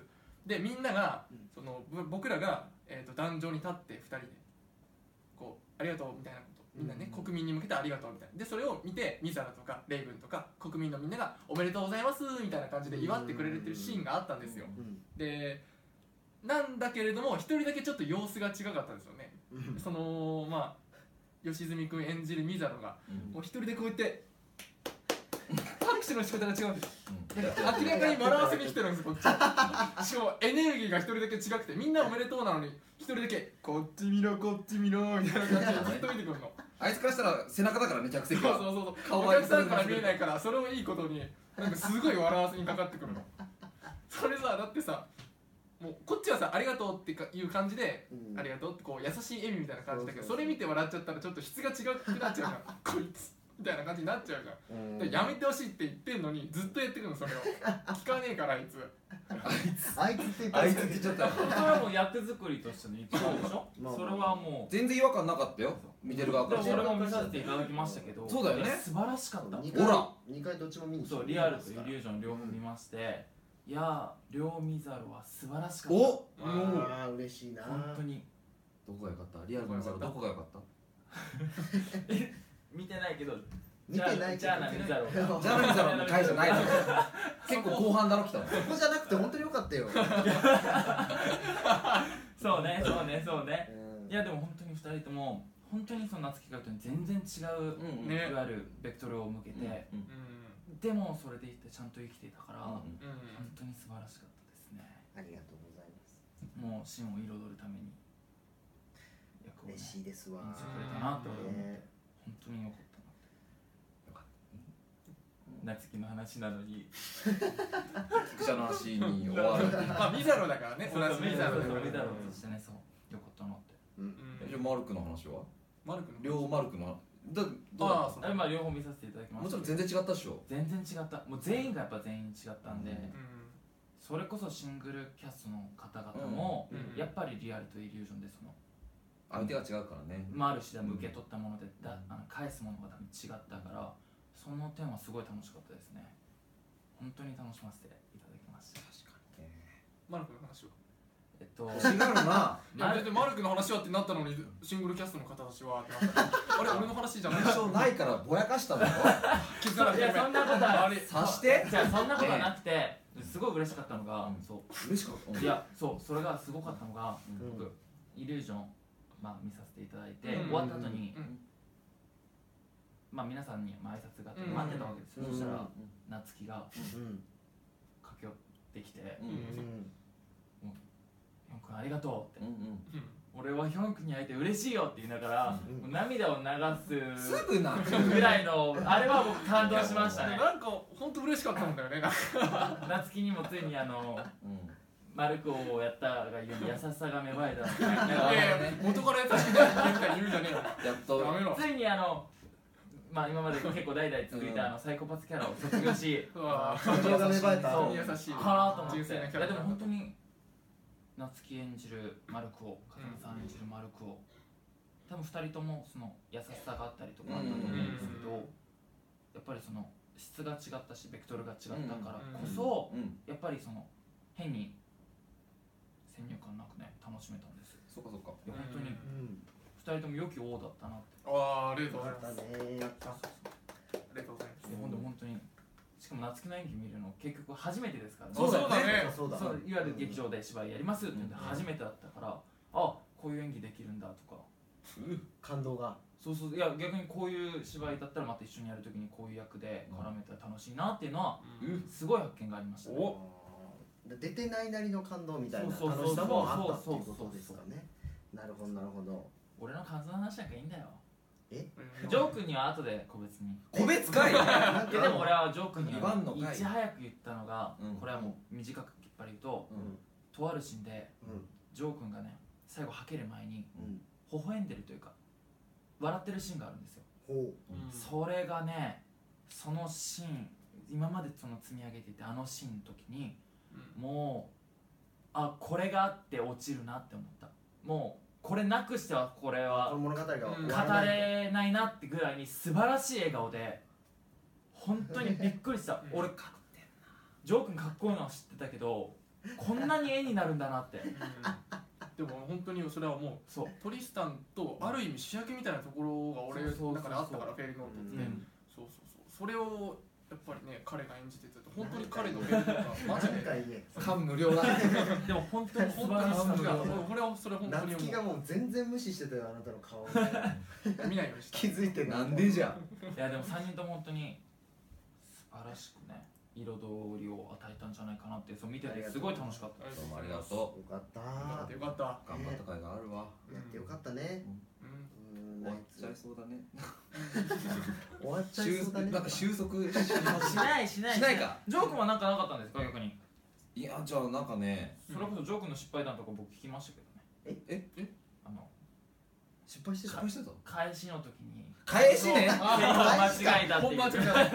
Speaker 2: でみんなが、
Speaker 3: うん
Speaker 2: そのぶ僕らが、えー、と壇上に立って2人でこう「ありがとう」みたいなことみんなね、
Speaker 3: うん
Speaker 2: 国民に向けて「ありがとう」みたいなでそれを見てミザラとかレイブンとか国民のみんなが「おめでとうございます」みたいな感じで祝ってくれるっていうシーンがあったんですよ、
Speaker 3: うん
Speaker 2: でなんだけれども1人だけちょっと様子が違かったんですよね
Speaker 3: うん
Speaker 2: そのまあ吉住君演じるミザロがもう一人でこうやって拍手の仕方が違うんです
Speaker 4: うんやってやって
Speaker 2: 明らかに笑わせに来てるんですこっちしかもエネルギーが一人だけ違くてみんなおめでとうなのに一人だけこっち見ろこっち見ろみたいな感じでずっと見てくるの
Speaker 4: あいつからしたら背中だからね客
Speaker 2: そう
Speaker 4: 席
Speaker 2: そう
Speaker 4: は
Speaker 2: そうそう
Speaker 4: 顔
Speaker 2: お
Speaker 4: は
Speaker 2: 客さんから見えないからそれをいいことになんかすごい笑わせにかかってくるのそれさだってさもうこっちはさありがとうってかいう感じでありがとうってこう優しい笑みみたいな感じだけど
Speaker 3: そ
Speaker 2: そう
Speaker 3: そうそう
Speaker 2: れ見て笑っちゃったらちょっと質が違くなっちゃうからこいつみたいな感じになっちゃうじゃん
Speaker 3: うん
Speaker 2: でやめてほしいって言ってんのにずっとやってくるのそれを聞かねえからあいつ
Speaker 3: あいつって言った
Speaker 4: あいつって言っちゃったよ
Speaker 1: それはもう役作りとしての一環でしょ
Speaker 3: まあまあ
Speaker 1: それはもう
Speaker 4: 全然違和感なかったよ見てる側からし
Speaker 1: で
Speaker 4: た
Speaker 1: も
Speaker 4: ら
Speaker 1: 俺も見させていただきましたけど
Speaker 4: そうだよね
Speaker 1: いや素晴らしかった
Speaker 3: 二
Speaker 4: ほら
Speaker 3: 2回どっちも見に来て
Speaker 1: そうリアルとイリュージョン両方見まして、いやー両見ざるは素晴らしかった
Speaker 4: お
Speaker 2: お
Speaker 3: ああ嬉しいな
Speaker 1: 本当に
Speaker 4: どこが良かったリアルの見たらどこが良かった
Speaker 1: 見てないけど
Speaker 3: 見てない
Speaker 1: じゃあな見ざるを
Speaker 3: こ
Speaker 4: ジャルミザロの回じゃないの結構後半だろ来たの
Speaker 3: こじゃなくて本当によかっ たよ、
Speaker 1: そうねそうねそうね
Speaker 3: うん
Speaker 1: いやでも本当に2人とも本当にその夏木海と全然違う、
Speaker 4: うんうん
Speaker 2: ね
Speaker 1: いわゆるベクトルを向けて、
Speaker 4: うん
Speaker 2: う
Speaker 1: でもそれでいってちゃんと生きていたから、
Speaker 4: あ
Speaker 1: 本
Speaker 2: んうん
Speaker 1: 当に素晴らしかったですね
Speaker 3: ありがとうございま
Speaker 1: もう
Speaker 3: す
Speaker 1: シーンを彩るために役をね
Speaker 3: 嬉しいですわ
Speaker 1: 演じてくれたなって俺は思って、
Speaker 3: ね
Speaker 1: 本当に良かったなってよかった夏希の話なの に
Speaker 4: 菊者の話に終わる
Speaker 2: まあミザロだからねそれは
Speaker 1: そうそう
Speaker 2: ミザロ
Speaker 1: そう
Speaker 2: だから
Speaker 1: そうミザロ
Speaker 2: う
Speaker 1: と
Speaker 2: ん
Speaker 1: してねそうよかったなって
Speaker 3: うん
Speaker 4: じゃあマルクの話は
Speaker 2: マルクの
Speaker 4: 両マルクのだどう
Speaker 2: ああそう
Speaker 1: あれまあ両方見させていただきま
Speaker 4: も
Speaker 1: し
Speaker 4: ち
Speaker 1: た
Speaker 4: ろん
Speaker 1: けど
Speaker 4: 全然違ったっしょ
Speaker 1: 全然違ったもう全員がやっぱ全員違ったんで、
Speaker 4: うん
Speaker 2: うん
Speaker 1: それこそシングルキャストの方々も、
Speaker 2: うんうん
Speaker 1: やっぱりリアルとイリュージョンでその、
Speaker 4: 相手が違うからね
Speaker 1: まあ、ある種で受け取ったものでだあの返すものが多分違ったからその点はすごい楽しかったですね本当に楽しませていただきました
Speaker 2: マルクの話は
Speaker 1: え っと
Speaker 4: 欲しがるない
Speaker 2: やだってマルクの話はってなったのにシングルキャストの方たちはってなったあれ俺の話じゃない
Speaker 4: 印象ないからぼやかしたのよ
Speaker 2: 気づかなく
Speaker 1: い
Speaker 2: て
Speaker 1: やそんなことは
Speaker 2: あれ
Speaker 4: 察して
Speaker 1: じゃあそんなことはなくて、すごい嬉しかったのが、
Speaker 4: うん
Speaker 1: そ
Speaker 4: 嬉しかった
Speaker 1: ういやそうそれがすごかったのが、
Speaker 4: うん
Speaker 1: 僕イリュージョン、まあ、見させていただいて、
Speaker 2: うん
Speaker 1: 終わった後に、
Speaker 2: うん
Speaker 1: まあ、皆さんに、まあ挨拶があって
Speaker 2: うん
Speaker 1: 待ってたわけですよ、
Speaker 3: うん
Speaker 1: そした
Speaker 3: う
Speaker 1: ら
Speaker 3: ん
Speaker 1: 夏希が
Speaker 3: うん
Speaker 1: 駆け寄ってきて「
Speaker 4: うん
Speaker 3: うん
Speaker 1: ヒョン君ありがとう」って
Speaker 4: うんうん
Speaker 2: うん
Speaker 1: 「俺はヒョン君に会えて嬉しいよ」って言いながら、
Speaker 3: うん
Speaker 1: もう涙を流
Speaker 4: すぐな
Speaker 1: すぐらいのあれは僕感動しました
Speaker 2: で
Speaker 1: ね
Speaker 2: なんか本当嬉しかったんだよねなんか
Speaker 1: 夏希にもついにあの
Speaker 4: うん
Speaker 1: マルコをやったがゆえに優しさが芽生えたみたい
Speaker 2: い
Speaker 1: な
Speaker 2: やいや元から優しくないみたいに言うじゃねえよ
Speaker 4: やっと
Speaker 2: ダメ ろ
Speaker 1: ついにあのまあ今まで結構代々作り
Speaker 4: うん
Speaker 1: たあのサイコパスキャラを卒業 し
Speaker 2: うわ
Speaker 3: 感情が芽生えた
Speaker 1: そう
Speaker 2: 優しい
Speaker 1: かなと思ってい
Speaker 2: 純粋な
Speaker 1: や
Speaker 2: キ
Speaker 1: で
Speaker 2: ャ
Speaker 1: も
Speaker 2: ラクター
Speaker 1: 本当に夏希演じるマルクを風間さん演じるマルクを多分2人ともその優しさがあったりとかあったと思うんですけど
Speaker 2: うん
Speaker 1: やっぱりその質が違ったしベクトルが違ったからこそ
Speaker 4: うん
Speaker 1: やっぱりその変に先入観なくね楽しめたんです
Speaker 4: そっかそっか
Speaker 1: いや本当に
Speaker 3: うん
Speaker 1: 2人とも良き王だったなって
Speaker 2: あーありがとうご
Speaker 3: よ
Speaker 2: ざい
Speaker 3: か
Speaker 2: ま
Speaker 3: っ
Speaker 2: す
Speaker 3: たね
Speaker 2: ありがとうございます
Speaker 1: いや本当本当にしかも夏希の演技見るの結局初めてですからね
Speaker 4: そうだよね
Speaker 3: そうだ
Speaker 1: そういわゆる劇
Speaker 3: 場
Speaker 1: 場で芝居やりますって言って
Speaker 4: うん
Speaker 1: 初めてだったから、あこういう演技できるんだとか
Speaker 3: 感動が
Speaker 1: そうそういや逆にこういう芝居だったらまた一緒にやるときにこういう役で絡めたら楽しいなっていうのは
Speaker 2: うん
Speaker 4: うん
Speaker 1: すごい発見がありました、ね、
Speaker 3: あー出てないなりの感動みたいな
Speaker 1: そうそうそう
Speaker 3: 楽しさもあったっていうことですかねなるほどなるほど
Speaker 1: 俺の感想の話なんかいいんだよ
Speaker 2: うん
Speaker 1: ジョー君には後で個別に
Speaker 4: 個別会
Speaker 1: いやでも俺はジョー君に
Speaker 4: 言わ
Speaker 1: は
Speaker 4: んのかい
Speaker 1: いち早く言ったのが、
Speaker 4: うん
Speaker 1: これはもう短くきっぱり言うと
Speaker 4: うん
Speaker 1: とあるシーンで
Speaker 3: うん
Speaker 1: ジョー君がね最後はける前に
Speaker 3: うん
Speaker 1: 微笑んでるというか笑ってるシーンがあるんですよ、
Speaker 3: ほ
Speaker 2: うん
Speaker 1: それがねそのシーン今までその積み上げていたあのシーンの時に
Speaker 2: うん
Speaker 1: もうあこれがあって落ちるなって思ったもうこれなくしてはこれ
Speaker 3: うこの
Speaker 1: は
Speaker 3: 物語が終
Speaker 1: 語
Speaker 3: わらない
Speaker 1: れないなってぐらいに素晴らしい笑顔で本当にびっくりした
Speaker 2: うん
Speaker 1: 俺かジョー君かっこいいのは知ってたけどこんなに絵になるんだなって
Speaker 2: でも本当にそれはも
Speaker 1: そう
Speaker 2: うトリスタンとある意味主役みたいなところが俺
Speaker 1: そうそうそうそう
Speaker 2: の中であったからフェルノートっ
Speaker 3: う
Speaker 2: て
Speaker 1: うんん
Speaker 2: そうそうそうそれをやっぱりね彼が演じてて本当に彼のフェルノ ートがマジ
Speaker 3: なんか
Speaker 2: で
Speaker 3: 言え
Speaker 4: 感無量だ
Speaker 1: でも本当に素
Speaker 2: 本
Speaker 1: 晴
Speaker 2: 当
Speaker 1: ら
Speaker 2: に
Speaker 1: しか
Speaker 2: 好
Speaker 1: っ
Speaker 2: き
Speaker 1: た
Speaker 2: だこれはそれ本当に思
Speaker 3: 夏希がもう全然無視してたよあなたの顔
Speaker 2: う見ないようにした
Speaker 3: 気づいて
Speaker 4: なんでじゃ
Speaker 1: いやでも3人とも本当に素晴らしくね彩りを与えたんじゃないかなってそう見ててすごい楽しかった
Speaker 2: あり
Speaker 4: どうもあり
Speaker 2: が
Speaker 4: が
Speaker 2: とう
Speaker 4: と
Speaker 3: よかった
Speaker 2: ございますよかったよか
Speaker 4: う頑張った甲斐があるわ
Speaker 3: やってよかったね
Speaker 2: ったうん
Speaker 3: うん
Speaker 4: 終わっちゃいそうだね
Speaker 3: 終わっちゃい
Speaker 4: 収
Speaker 3: そうだね
Speaker 4: なんか収束し始
Speaker 1: し
Speaker 4: め
Speaker 1: ないしない
Speaker 4: しないか
Speaker 1: ジョー君はなんかなかったんですか逆に
Speaker 4: いやじゃあなんかね
Speaker 1: それこそジョー君の失敗談とか僕聞きましたけどね
Speaker 4: え
Speaker 1: あの
Speaker 3: 失敗して
Speaker 4: 失
Speaker 3: た
Speaker 4: 敗してた
Speaker 1: 返しの時に
Speaker 4: 返しね
Speaker 1: あ間違えたっていう
Speaker 2: 本番中じゃない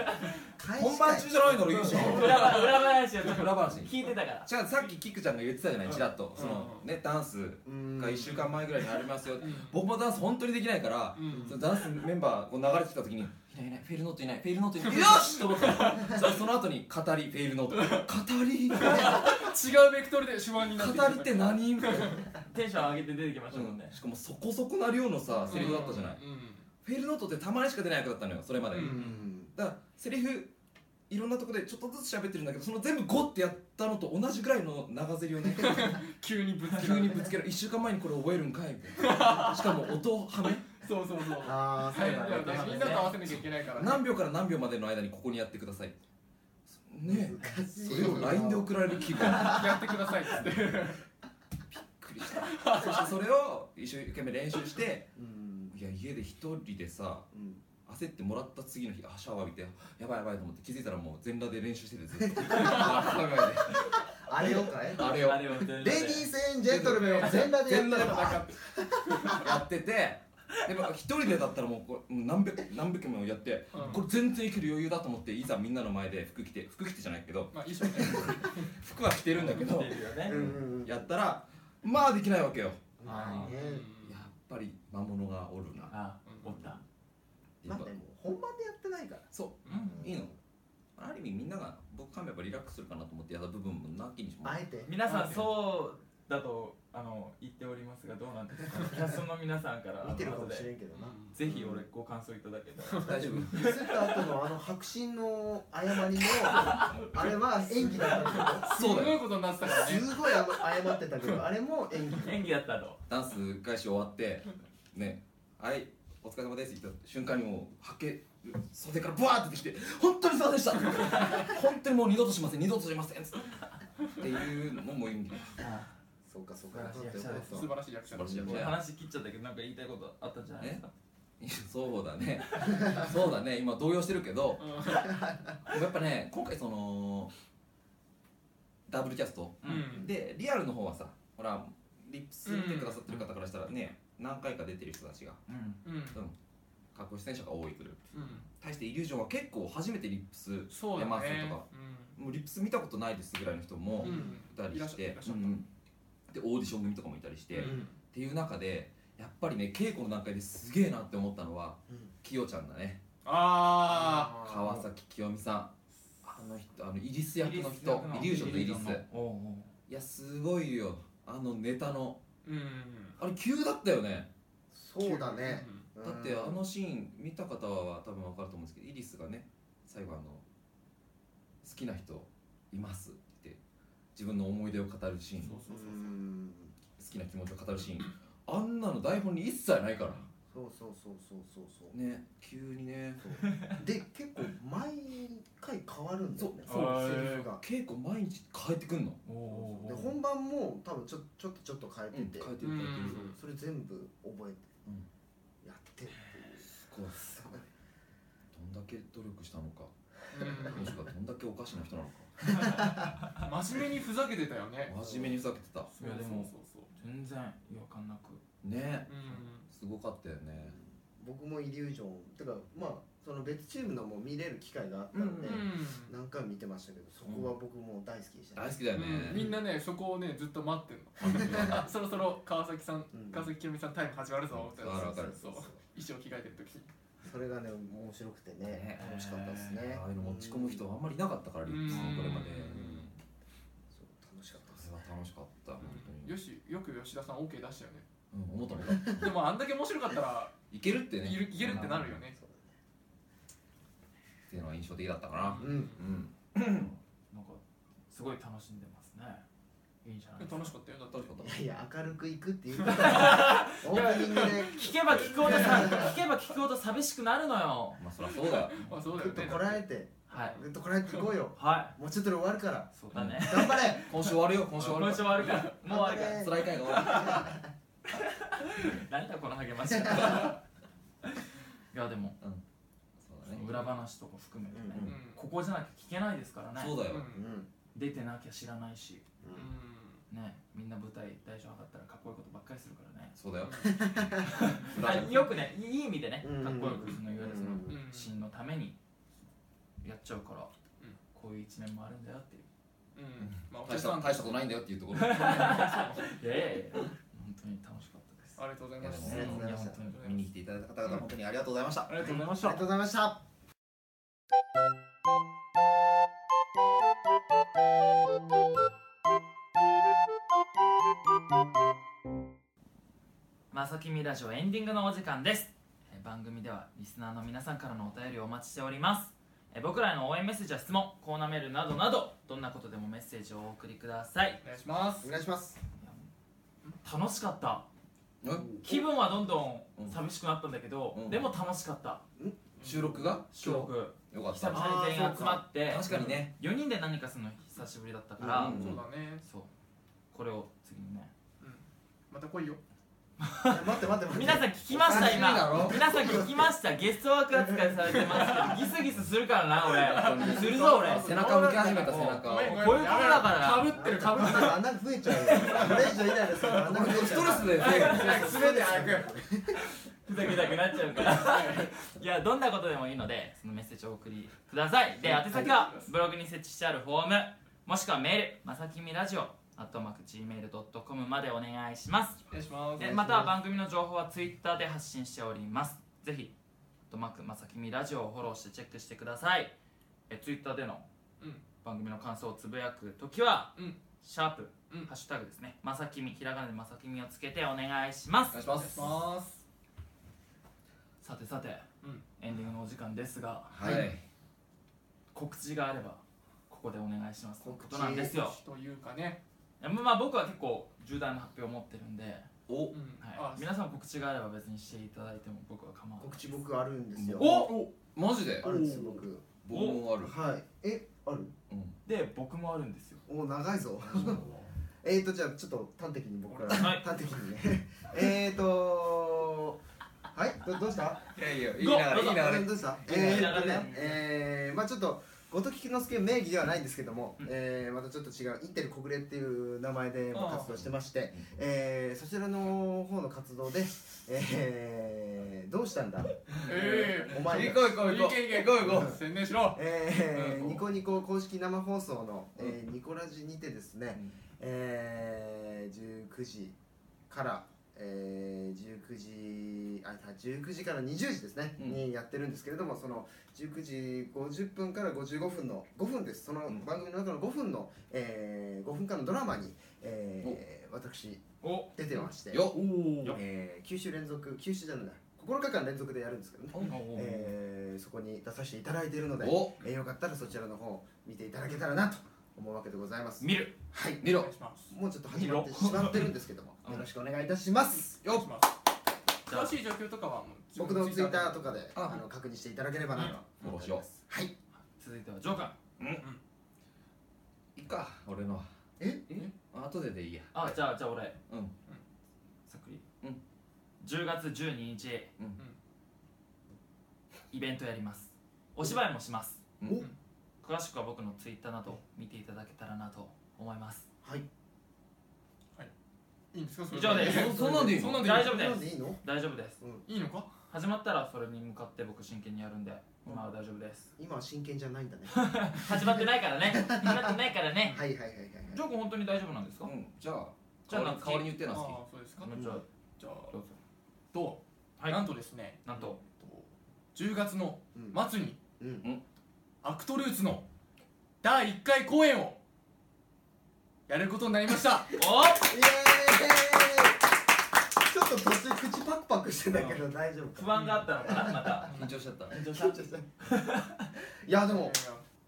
Speaker 3: 返し
Speaker 4: 本番中じゃないならいいじゃん
Speaker 1: 裏話裏話や
Speaker 4: 裏話
Speaker 1: 聞いてたから
Speaker 4: じゃあさっきキクちゃんが言ってたじゃないちらっと
Speaker 2: ん
Speaker 4: そのねダンス
Speaker 3: うん
Speaker 4: が1週間前ぐらいにありますよ
Speaker 2: うん
Speaker 4: 僕もダンス本当にできないから
Speaker 2: うん
Speaker 4: そのダンスメンバーこう流れてきた時に「いないいないフェルノートいないフェルノートいないよし!」と思ったのそその後に「語りフェルノート」「語り
Speaker 2: 違うベクトルで手腕になっていた
Speaker 4: 語りって何?」みたいな、
Speaker 1: テンション上げて出てきましたもんね
Speaker 4: うん、しかもそこそこな量のさセリフだったじゃない、
Speaker 2: うんうん
Speaker 4: フェルノートってたまにしか出ない役だったのよそれまで、
Speaker 2: うん
Speaker 3: うん
Speaker 4: だからセリフいろんなとこでちょっとずつ喋ってるんだけどその全部ゴッてやったのと同じぐらいの長ゼリをね
Speaker 2: 急にぶつけら
Speaker 4: 急
Speaker 2: れ
Speaker 4: に
Speaker 2: て
Speaker 4: ぶつける1週間前にこれ覚えるんかいみたいなしかも音はめ
Speaker 2: そうそうそう
Speaker 3: ああ
Speaker 2: は
Speaker 3: そう
Speaker 2: い
Speaker 3: だね
Speaker 2: だからみんなと合わせなきゃいけないからね
Speaker 4: 何秒から何秒までの間にここにやってくださいねえ
Speaker 3: 難しい
Speaker 4: それを LINE で送られる気分びっ
Speaker 2: やってくださいっつって
Speaker 4: くりしたそしてそれを一生懸命練習して
Speaker 3: うん
Speaker 4: いや家で一人でさ
Speaker 3: うん
Speaker 4: 焦ってもらった次の日あシャワー浴びてやばいやばいと思って気づいたらもう全裸で練習しててずっと裸眼で
Speaker 3: あれをかい
Speaker 4: あれを
Speaker 1: あれを全然
Speaker 3: レディースエンジェントルメンを全裸でやっ
Speaker 4: 全
Speaker 3: た
Speaker 4: 裸で戦っ
Speaker 3: ら
Speaker 4: てやっててでも一人でだったらもうこれ何百何百もやって、
Speaker 2: うん
Speaker 4: これ全然いける余裕だと思っていざみんなの前で服着て服着てじゃないけど
Speaker 2: まあ衣装ね
Speaker 4: 服は着てるんだけど
Speaker 1: 出てるよね
Speaker 3: うんうんうん
Speaker 4: やったらまあできないわけよ
Speaker 3: まあね
Speaker 4: やっぱり魔物がおるな
Speaker 1: あおった
Speaker 4: やっ
Speaker 3: 待
Speaker 4: ぱ
Speaker 3: ってもう本番でやってないから
Speaker 4: そ
Speaker 1: うん
Speaker 4: ういいのある意味みんなが僕噛めばリラックスするかなと思ってやった部分もなきにしも
Speaker 3: あえて
Speaker 1: 皆さんそうだとあの言っておりますがどうなんですかキャストの皆さんから
Speaker 3: 見てるかもし
Speaker 1: 後で
Speaker 3: れんけどな
Speaker 1: ぜひ俺ご感想いただけたら
Speaker 4: 大丈夫
Speaker 3: ミスった後のあの白真の 誤りのあれは演技だった
Speaker 4: そう
Speaker 2: す
Speaker 4: だ
Speaker 2: ごい
Speaker 4: よ
Speaker 2: ことになってたから
Speaker 3: け
Speaker 2: ね
Speaker 3: どすごいあの謝ってたけどあれも演技
Speaker 1: 演技だったと
Speaker 4: ダンス開始終わってねはいお疲れ様ですって言った瞬間にもうはけ袖からブワーって出てきて本当にすいませんでした 本当にもう二度としません二度としませんっつってっていうのももう演技
Speaker 3: そうかそうか
Speaker 1: 素晴らしい役者です
Speaker 2: 素晴らしい役者だ
Speaker 4: 素晴らしい役
Speaker 1: こ
Speaker 4: 者
Speaker 1: れ話切っちゃったけどなんか言いたいことあったんじゃないですか
Speaker 4: そうだねそうだね今動揺してるけど
Speaker 2: うん
Speaker 4: やっぱね今回そのダブルキャスト
Speaker 2: うん
Speaker 4: でリアルの方はさほらリップス見てくださってる方からしたらね何回か出てる人たちが
Speaker 1: うん
Speaker 2: うん
Speaker 4: 各出演者が多いグループ
Speaker 2: うん
Speaker 4: 対してイリュージョンは結構初めてリップス
Speaker 2: そうだ
Speaker 4: 出ます
Speaker 2: ね
Speaker 4: とかもうリップス見たことないですぐらいの人も
Speaker 2: うん
Speaker 4: いた
Speaker 2: い
Speaker 4: りして、
Speaker 2: らっしゃったいらっしゃった
Speaker 4: うんでオーディション組とかもいたりして、
Speaker 2: う
Speaker 4: っ
Speaker 2: ん
Speaker 4: ていう中でやっぱりね稽古の段階ですげえなって思ったのはきよちゃんだね
Speaker 2: あ
Speaker 4: 川崎清美さんあの人あのイリス役の人イリュージョンとイリス
Speaker 1: おうおう
Speaker 4: いやすごいよあのネタの
Speaker 2: ーうん
Speaker 4: あれ急だったよね
Speaker 3: そうだね
Speaker 4: だってあのシーン見た方は多分分かると思うんですけどイリスがね最後あの「好きな人います」って言って自分の思い出を語るシーン
Speaker 2: そう
Speaker 4: 好
Speaker 2: そう
Speaker 3: う
Speaker 2: そ
Speaker 3: ん
Speaker 4: きな気持ちを語るシーンあんなの台本に一切ないから
Speaker 3: そうそうそうそうそうそう
Speaker 4: ね急にね
Speaker 3: で結構毎回変わるんだよね
Speaker 1: そうそう
Speaker 3: セリフが
Speaker 4: 稽古毎日変えてくんの
Speaker 1: おうおうおう
Speaker 3: で本番も多分ちょちょっとちょっと変え
Speaker 4: うん
Speaker 3: てて
Speaker 4: 変えてる
Speaker 2: うう
Speaker 4: 変えて
Speaker 2: ん
Speaker 4: る
Speaker 3: それ全部覚えて
Speaker 4: うん
Speaker 3: やってる
Speaker 4: すごい
Speaker 3: すごい
Speaker 4: どんだけ努力したのか
Speaker 2: う
Speaker 4: もしくはどんだけおかしな人なのか
Speaker 2: ん真面目にふざけてたよね
Speaker 4: 真面目にふざけてた
Speaker 2: そうそうそう
Speaker 1: 全然違和感なく
Speaker 4: ね
Speaker 2: そううん
Speaker 4: すごかったよね
Speaker 3: 僕もイリュージョンてかまあその別チームのも見れる機会があったんで、
Speaker 4: うん
Speaker 2: う
Speaker 3: 何回も見てましたけどそこは僕も大好きでした、
Speaker 4: 大好きだよね
Speaker 2: んうんみんなねそこをねずっと待ってるの あそろそろ川崎さん
Speaker 3: うん
Speaker 2: 川崎清美さんタイム始まるぞみたいな
Speaker 4: わかるわかる
Speaker 2: そうそう衣装着替えてる時に
Speaker 3: それがね面白くてね
Speaker 4: ね
Speaker 3: 楽しかったですね、
Speaker 4: ああいうの持ち込む人はあんまりいなかったからリップさんこれまで
Speaker 2: うん
Speaker 4: うん
Speaker 3: そう楽しかったです
Speaker 4: それは楽しかった本当
Speaker 2: よ
Speaker 4: に
Speaker 2: しよく吉田さん OK 出したよね
Speaker 4: うん思ったもんだ
Speaker 2: でもあんだけ面白かったら
Speaker 4: いけるってね
Speaker 2: いるいけるってなるよね
Speaker 3: そう
Speaker 4: っていうのは印象的だったかな
Speaker 3: うん
Speaker 4: うん
Speaker 1: なんかすごい楽しんでますねいいじゃないですか
Speaker 2: 楽しかったよだって
Speaker 4: 楽しかった
Speaker 3: だねいやいや明るくいくっていうことだよオープニングで
Speaker 1: 聞けば聞くほどさ聞けば聞くほど寂しくなるのよ
Speaker 4: まあそりゃそうだよ
Speaker 2: まあそうだ
Speaker 3: ぐ
Speaker 2: よ
Speaker 3: っと
Speaker 2: ね
Speaker 3: こらえて
Speaker 1: はい
Speaker 3: ぐっとこらえていこうよ
Speaker 1: は
Speaker 3: もうちょっとで終わるから
Speaker 1: いそうだね
Speaker 3: 頑張れ
Speaker 4: 今週終わるよ今週終わ
Speaker 1: もう
Speaker 4: る
Speaker 1: ち
Speaker 4: か
Speaker 1: ょ悪からもう悪から
Speaker 4: ら辛い回が終わ
Speaker 1: 何だこの励ましいやでも
Speaker 4: るうんそうだね
Speaker 1: 裏話とか含めてね、
Speaker 3: うん
Speaker 2: うん
Speaker 1: ここじゃなきゃ聞けないですからね
Speaker 4: そうだよ
Speaker 2: うん
Speaker 3: うん
Speaker 1: 出てなきゃ知らないし
Speaker 3: うん
Speaker 1: ねみんな舞台大賞上がったらかっこいいことばっかりするから ね
Speaker 4: そうだよ裏
Speaker 1: あよくねいい意味でね
Speaker 3: うん
Speaker 1: かっこよくそのいわゆるその
Speaker 3: うん
Speaker 2: うん
Speaker 1: シーンのためにやっちゃうから、
Speaker 2: うん
Speaker 1: こういう一面もあるんだよっていう
Speaker 2: うんまあお
Speaker 4: 大
Speaker 2: 客
Speaker 4: し
Speaker 2: さ
Speaker 4: た
Speaker 2: ん
Speaker 4: 大 したことないんだよっていうところ
Speaker 1: いやいやいや本当に楽しかったです
Speaker 2: ありがとうございま
Speaker 4: い
Speaker 2: す
Speaker 4: やでも
Speaker 1: ね
Speaker 3: ありがとうございました
Speaker 1: や本当
Speaker 4: 見
Speaker 1: に
Speaker 4: に来ていただいた方々本当にありがとうございました
Speaker 2: ありがとうございまし
Speaker 3: あり
Speaker 2: た
Speaker 3: がとうございました
Speaker 1: まさきみラジオエンディングのお時間ですえー番組ではリスナーの皆さんからのお便りをお待ちしておりますえー僕らへの応援メッセージや質問コーナーメールなどなどどんなことでもメッセージをお送りくださいい
Speaker 2: お願いします
Speaker 3: お願いします
Speaker 1: や楽しかった
Speaker 4: うん
Speaker 1: 気分はどんどん
Speaker 4: うん
Speaker 1: 寂しくなったんだけど、
Speaker 4: うん
Speaker 1: でも楽しかった
Speaker 4: 収録が
Speaker 1: 収録
Speaker 4: よかっ
Speaker 1: 久
Speaker 4: た
Speaker 1: 々に全員集まって
Speaker 4: 確かにね
Speaker 1: 4人で何かするの久しぶりだったから、
Speaker 4: うん
Speaker 2: そうだね
Speaker 1: そうこれを次にね
Speaker 2: うんまた来いよ
Speaker 3: いや待って待って待って
Speaker 1: 皆さん聞きました
Speaker 4: おかしいだろ
Speaker 1: 今皆さん聞きましたゲストワーク扱いされてますけどギスギスするからな俺するぞ俺
Speaker 4: 背中向け始めた背中を
Speaker 2: ごめんごめん
Speaker 1: こういうことだから
Speaker 2: やべえかぶってるかぶってる
Speaker 3: なんか穴増えちゃうよこれ以上イライラするから穴増えちゃう
Speaker 4: ストレスで手が
Speaker 2: すべて早く
Speaker 1: ふざけたくなっちゃうから いやどんなことでもいいのでそのメッセージをお送りくださいで宛先はブログに設置してあるフォームもしくはメールまさきみラジオアットマーク Gmail.com までお願いします
Speaker 2: お願いしま
Speaker 1: でまた番組の情報はツイッターで発信しておりますぜひ「とまくまさきみラジオ」をフォローしてチェックしてくださいえツイッターでの
Speaker 2: うん
Speaker 1: 番組の感想をつぶやくときは、
Speaker 2: うん
Speaker 1: シャープ、
Speaker 2: うん
Speaker 1: ハッシュタグですねまさきみひらがなでまさきみをつけてお願いしま
Speaker 4: お
Speaker 1: す
Speaker 4: 願いしま
Speaker 2: お願い
Speaker 4: す
Speaker 2: します
Speaker 1: さてさて
Speaker 2: うん
Speaker 1: エンディングのお時間ですが
Speaker 4: はい
Speaker 1: 告知があればここでお願いしますという
Speaker 3: 告知
Speaker 1: ことなんですよ
Speaker 2: というかね
Speaker 1: いやまあ僕は結構重大な発表を持ってるんで、
Speaker 4: お
Speaker 2: うん
Speaker 1: はい、皆さん告知があれば別にしていただいても僕は構わない
Speaker 3: 告知僕あるんですよ
Speaker 4: おマジで
Speaker 3: あるんですよ僕
Speaker 4: 僕もある
Speaker 3: はいえある
Speaker 4: うん
Speaker 1: で僕もあるんですよ
Speaker 3: お長いぞ えーとじゃあちょっと端的に僕から
Speaker 1: はい
Speaker 3: 端的にね えーとはいどどうした
Speaker 4: いやいやいい流
Speaker 1: どう
Speaker 4: れいい流
Speaker 3: あ
Speaker 4: れ
Speaker 3: れどうした
Speaker 1: いい流れ
Speaker 3: えーっと
Speaker 1: いい流
Speaker 3: ね
Speaker 1: れ
Speaker 3: えーまあちょっと後藤菊之助名義ではないんですけども、えーまたちょっと違うインテル小暮っていう名前でまあ
Speaker 2: ああ
Speaker 3: 活動してまして、えーそちらの方の活動で、えーどうしたんだ、
Speaker 2: ええ
Speaker 3: お前
Speaker 4: 行
Speaker 3: が
Speaker 4: こう行こう行こう
Speaker 2: いけいけ
Speaker 4: 行こう行こう
Speaker 2: 宣伝しろ
Speaker 3: えー
Speaker 4: うん
Speaker 3: ニコニコ公式生放送の、えーニコラジにてですね、
Speaker 4: うん
Speaker 3: えー19時から、えー19時あ19時から20時ですね、
Speaker 4: うん
Speaker 3: にやってるんですけれどもその19時50分から55分の5分ですその
Speaker 4: うん
Speaker 3: 番組の中の5分の、え5分間のドラマに、えー私
Speaker 1: お
Speaker 3: 出てまして、
Speaker 4: よ
Speaker 1: よ
Speaker 3: え9週連続9週じゃない9日間連続でやるんですけどね、えーそこに出させていただいているので、
Speaker 4: お
Speaker 3: えーよかったらそちらの方見ていただけたらなと思うわけでございます
Speaker 1: 見る
Speaker 3: はい
Speaker 4: 見
Speaker 2: お
Speaker 4: ろ
Speaker 2: 願いします
Speaker 3: もうちょっと始まってしまってるんですけども
Speaker 1: うん
Speaker 3: よろしくお願いいたします
Speaker 2: お願いします
Speaker 1: じゃあ
Speaker 2: 詳しい状況とかはもう自分
Speaker 3: 僕のツイッターと
Speaker 2: か
Speaker 3: かで
Speaker 4: あ
Speaker 3: あの確認していただければなと
Speaker 4: フォローしよう
Speaker 3: はい
Speaker 1: 続いてはジョーカー
Speaker 4: いいか俺のは
Speaker 3: え
Speaker 4: 後ででいいや
Speaker 1: あじゃあじゃあ俺
Speaker 4: うん
Speaker 1: さっくり
Speaker 4: うん
Speaker 1: 10月12日、
Speaker 4: うん
Speaker 1: イベントやりますお芝居もします
Speaker 4: うん
Speaker 3: お
Speaker 1: 詳しくは僕のツイッターなど見ていただけたらなと思います
Speaker 3: はい
Speaker 2: いいんですかそれ
Speaker 1: 以上です
Speaker 4: そそんなんでいい
Speaker 2: そんな
Speaker 4: の
Speaker 2: んで
Speaker 1: 大丈夫
Speaker 3: こんな
Speaker 1: で
Speaker 3: ん
Speaker 1: す
Speaker 3: でいいの
Speaker 1: 大丈夫です
Speaker 2: いいのか
Speaker 1: 始まったらそれに向かって僕真剣にやるんで今は大丈夫です
Speaker 3: 今は真剣じゃないんだね
Speaker 1: 始まってないからね始まってないからね
Speaker 3: はいはいはいはい
Speaker 1: ジョー君本当に大丈夫なんですか、
Speaker 4: うんじゃあ
Speaker 1: じゃあなんか
Speaker 4: 代わりに言っ
Speaker 2: あ
Speaker 4: てな
Speaker 2: あ
Speaker 4: 好
Speaker 2: そうですか
Speaker 1: あのじゃあ
Speaker 2: じゃあ
Speaker 1: どうぞ
Speaker 2: と
Speaker 1: はい
Speaker 2: なんとですね
Speaker 1: なんと
Speaker 2: 10月の
Speaker 3: うん
Speaker 2: 末に
Speaker 3: うん
Speaker 2: アクトルーツの第1回公演をやることになりました
Speaker 1: お
Speaker 3: イエーイちょっと途中口パクパクしてたけど大丈夫か
Speaker 1: 不安があったのかなまた
Speaker 4: 緊張しちゃった
Speaker 1: 緊張
Speaker 3: ちょっといやでも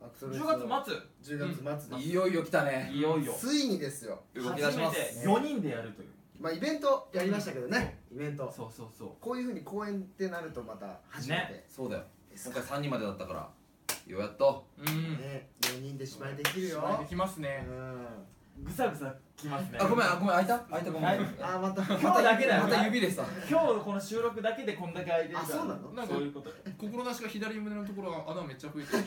Speaker 3: アクトルーツ
Speaker 1: 10
Speaker 3: の
Speaker 1: 月末
Speaker 3: 10月末だ
Speaker 4: いよいよ来たね
Speaker 1: いよいよ
Speaker 3: ついにですよ
Speaker 4: 動き出します
Speaker 1: 初めて4人でやるという
Speaker 3: まあイベントやりましたけどねイベント
Speaker 1: そうそうそう
Speaker 3: こういうふうに公演ってなるとまた初め
Speaker 4: そうだよ
Speaker 3: てです
Speaker 4: 今
Speaker 3: か
Speaker 4: 回3人までだったからようやっと
Speaker 2: うん
Speaker 3: ね4人で芝居できるよ
Speaker 2: 芝居できます
Speaker 3: う
Speaker 2: ね
Speaker 3: ん
Speaker 1: ぐさぐさきますね
Speaker 4: あごめんあごめん開いた開いたごめん
Speaker 1: はい
Speaker 3: あーまた
Speaker 1: 今日だけだよ
Speaker 4: また指でさ
Speaker 1: 今日この収録だけでこんだけ空いてるから
Speaker 3: あそうなの
Speaker 2: なんか
Speaker 1: そういうこと
Speaker 2: 志が左胸のところが穴めっちゃ増えてる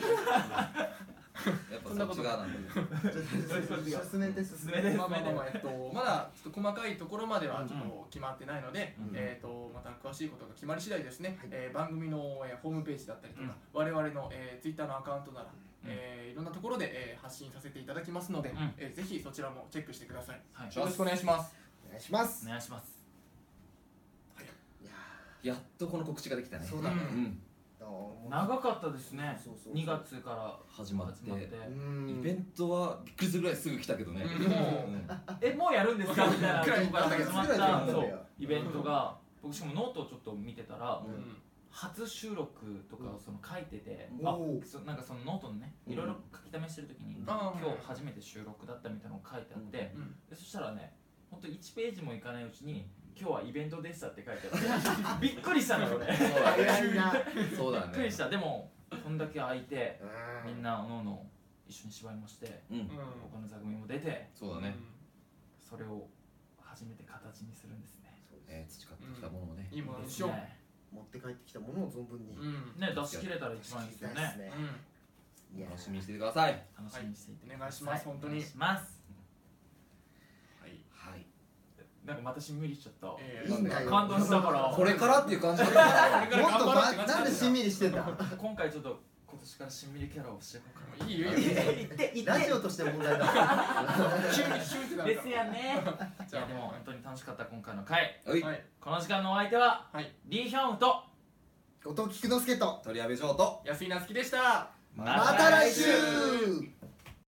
Speaker 4: やっぱそっち側なんだね
Speaker 3: ちょっと進めて進めて
Speaker 2: まあまあまあまあ、えっと、まだちょっと細かいところまではちょっと決まってないので、
Speaker 1: うん
Speaker 2: えっと、また詳しいことが決まり次第ですね、
Speaker 3: はい
Speaker 2: えー番組の、えーホームページだったりとか、我々の、えー、ツイッターのアカウントなら、えーいろんなところで、えー発信させていただきますので、
Speaker 1: ん
Speaker 2: えーぜひそちらもチェックしてください。
Speaker 1: はい
Speaker 2: よろしくお願いします。
Speaker 3: お願いします
Speaker 1: お願いします
Speaker 3: い
Speaker 4: や
Speaker 3: や
Speaker 4: っとこの告知ができたね
Speaker 3: そうだね
Speaker 4: う、ん
Speaker 3: どうも
Speaker 1: 長かったですね
Speaker 3: そうそうそう
Speaker 1: 2月から
Speaker 4: 始まって
Speaker 1: 始まって
Speaker 3: う
Speaker 4: イ
Speaker 3: ん
Speaker 4: ベントはびっくりするぐらいすぐ来たけどね
Speaker 2: うん
Speaker 4: うん
Speaker 1: えもうやるんですかみたいなとこから始まっ
Speaker 3: く
Speaker 1: た
Speaker 3: らいで
Speaker 1: そ
Speaker 3: やるんだ
Speaker 1: う
Speaker 3: よ
Speaker 1: イベントが僕しかもノートをちょっと見てたら
Speaker 3: う
Speaker 2: うんん
Speaker 1: 初収録とかをその書いてて
Speaker 3: うん
Speaker 1: あ
Speaker 3: おー
Speaker 1: そなんかそのノートのね
Speaker 4: うん
Speaker 1: いろいろ書き溜めしてる時に
Speaker 4: うん
Speaker 1: 今日初めて収録だったみたいなのが書いてあってで
Speaker 2: うん
Speaker 1: そしたらねほんと1ページもいかないうちに今日はイベントでしたって書いてあって びっくりしたのよね
Speaker 4: そうだね
Speaker 3: 早いな
Speaker 4: そうだ
Speaker 1: びっくり
Speaker 4: ね
Speaker 1: したでもこんだけ空いてみん
Speaker 3: な
Speaker 1: なおのおの一緒に芝居もして
Speaker 4: うん
Speaker 2: うん
Speaker 1: 他の座組も出て
Speaker 4: そうだね
Speaker 1: それを初めて形にするんですね
Speaker 4: えー培ってきたものをね
Speaker 2: いいもの
Speaker 1: いいで
Speaker 2: にし
Speaker 1: す
Speaker 2: よう。
Speaker 1: ね
Speaker 3: 持って帰ってきたものを存分に
Speaker 2: うん
Speaker 1: ね出し切れたら一番いいですよ
Speaker 3: したいっす
Speaker 1: ね
Speaker 3: ねいや
Speaker 4: 楽しみにしててください
Speaker 1: 楽しみにしていてくださ
Speaker 2: お願いします本当に
Speaker 1: お願いします
Speaker 2: はい
Speaker 4: はい
Speaker 1: なんかまたしんみりしちゃった
Speaker 2: え
Speaker 3: いいん
Speaker 2: ー
Speaker 3: だよ
Speaker 1: 感動したから
Speaker 4: これからっていう感じだった
Speaker 2: これから
Speaker 3: も
Speaker 2: 頑
Speaker 3: っ
Speaker 2: 張
Speaker 3: と
Speaker 2: ろうって
Speaker 3: ば
Speaker 2: 感じ
Speaker 3: なんでしんみりしてた
Speaker 1: 今回ちょっと今年からしんみりキャラをしていこうかない
Speaker 2: い よいいよ。
Speaker 1: 言って言
Speaker 3: ラジオとして問題だ
Speaker 2: シュンシュンってなる
Speaker 1: で
Speaker 2: か
Speaker 1: すよね
Speaker 2: ら
Speaker 1: いやでも本当に楽しかった今回の回
Speaker 4: はい
Speaker 2: はい。
Speaker 1: この時間のお相手は
Speaker 2: はい。
Speaker 1: リーヒョンウと
Speaker 3: 後藤菊之助と
Speaker 4: 鳥矢部城と
Speaker 2: 安井なつきでした。
Speaker 3: また来週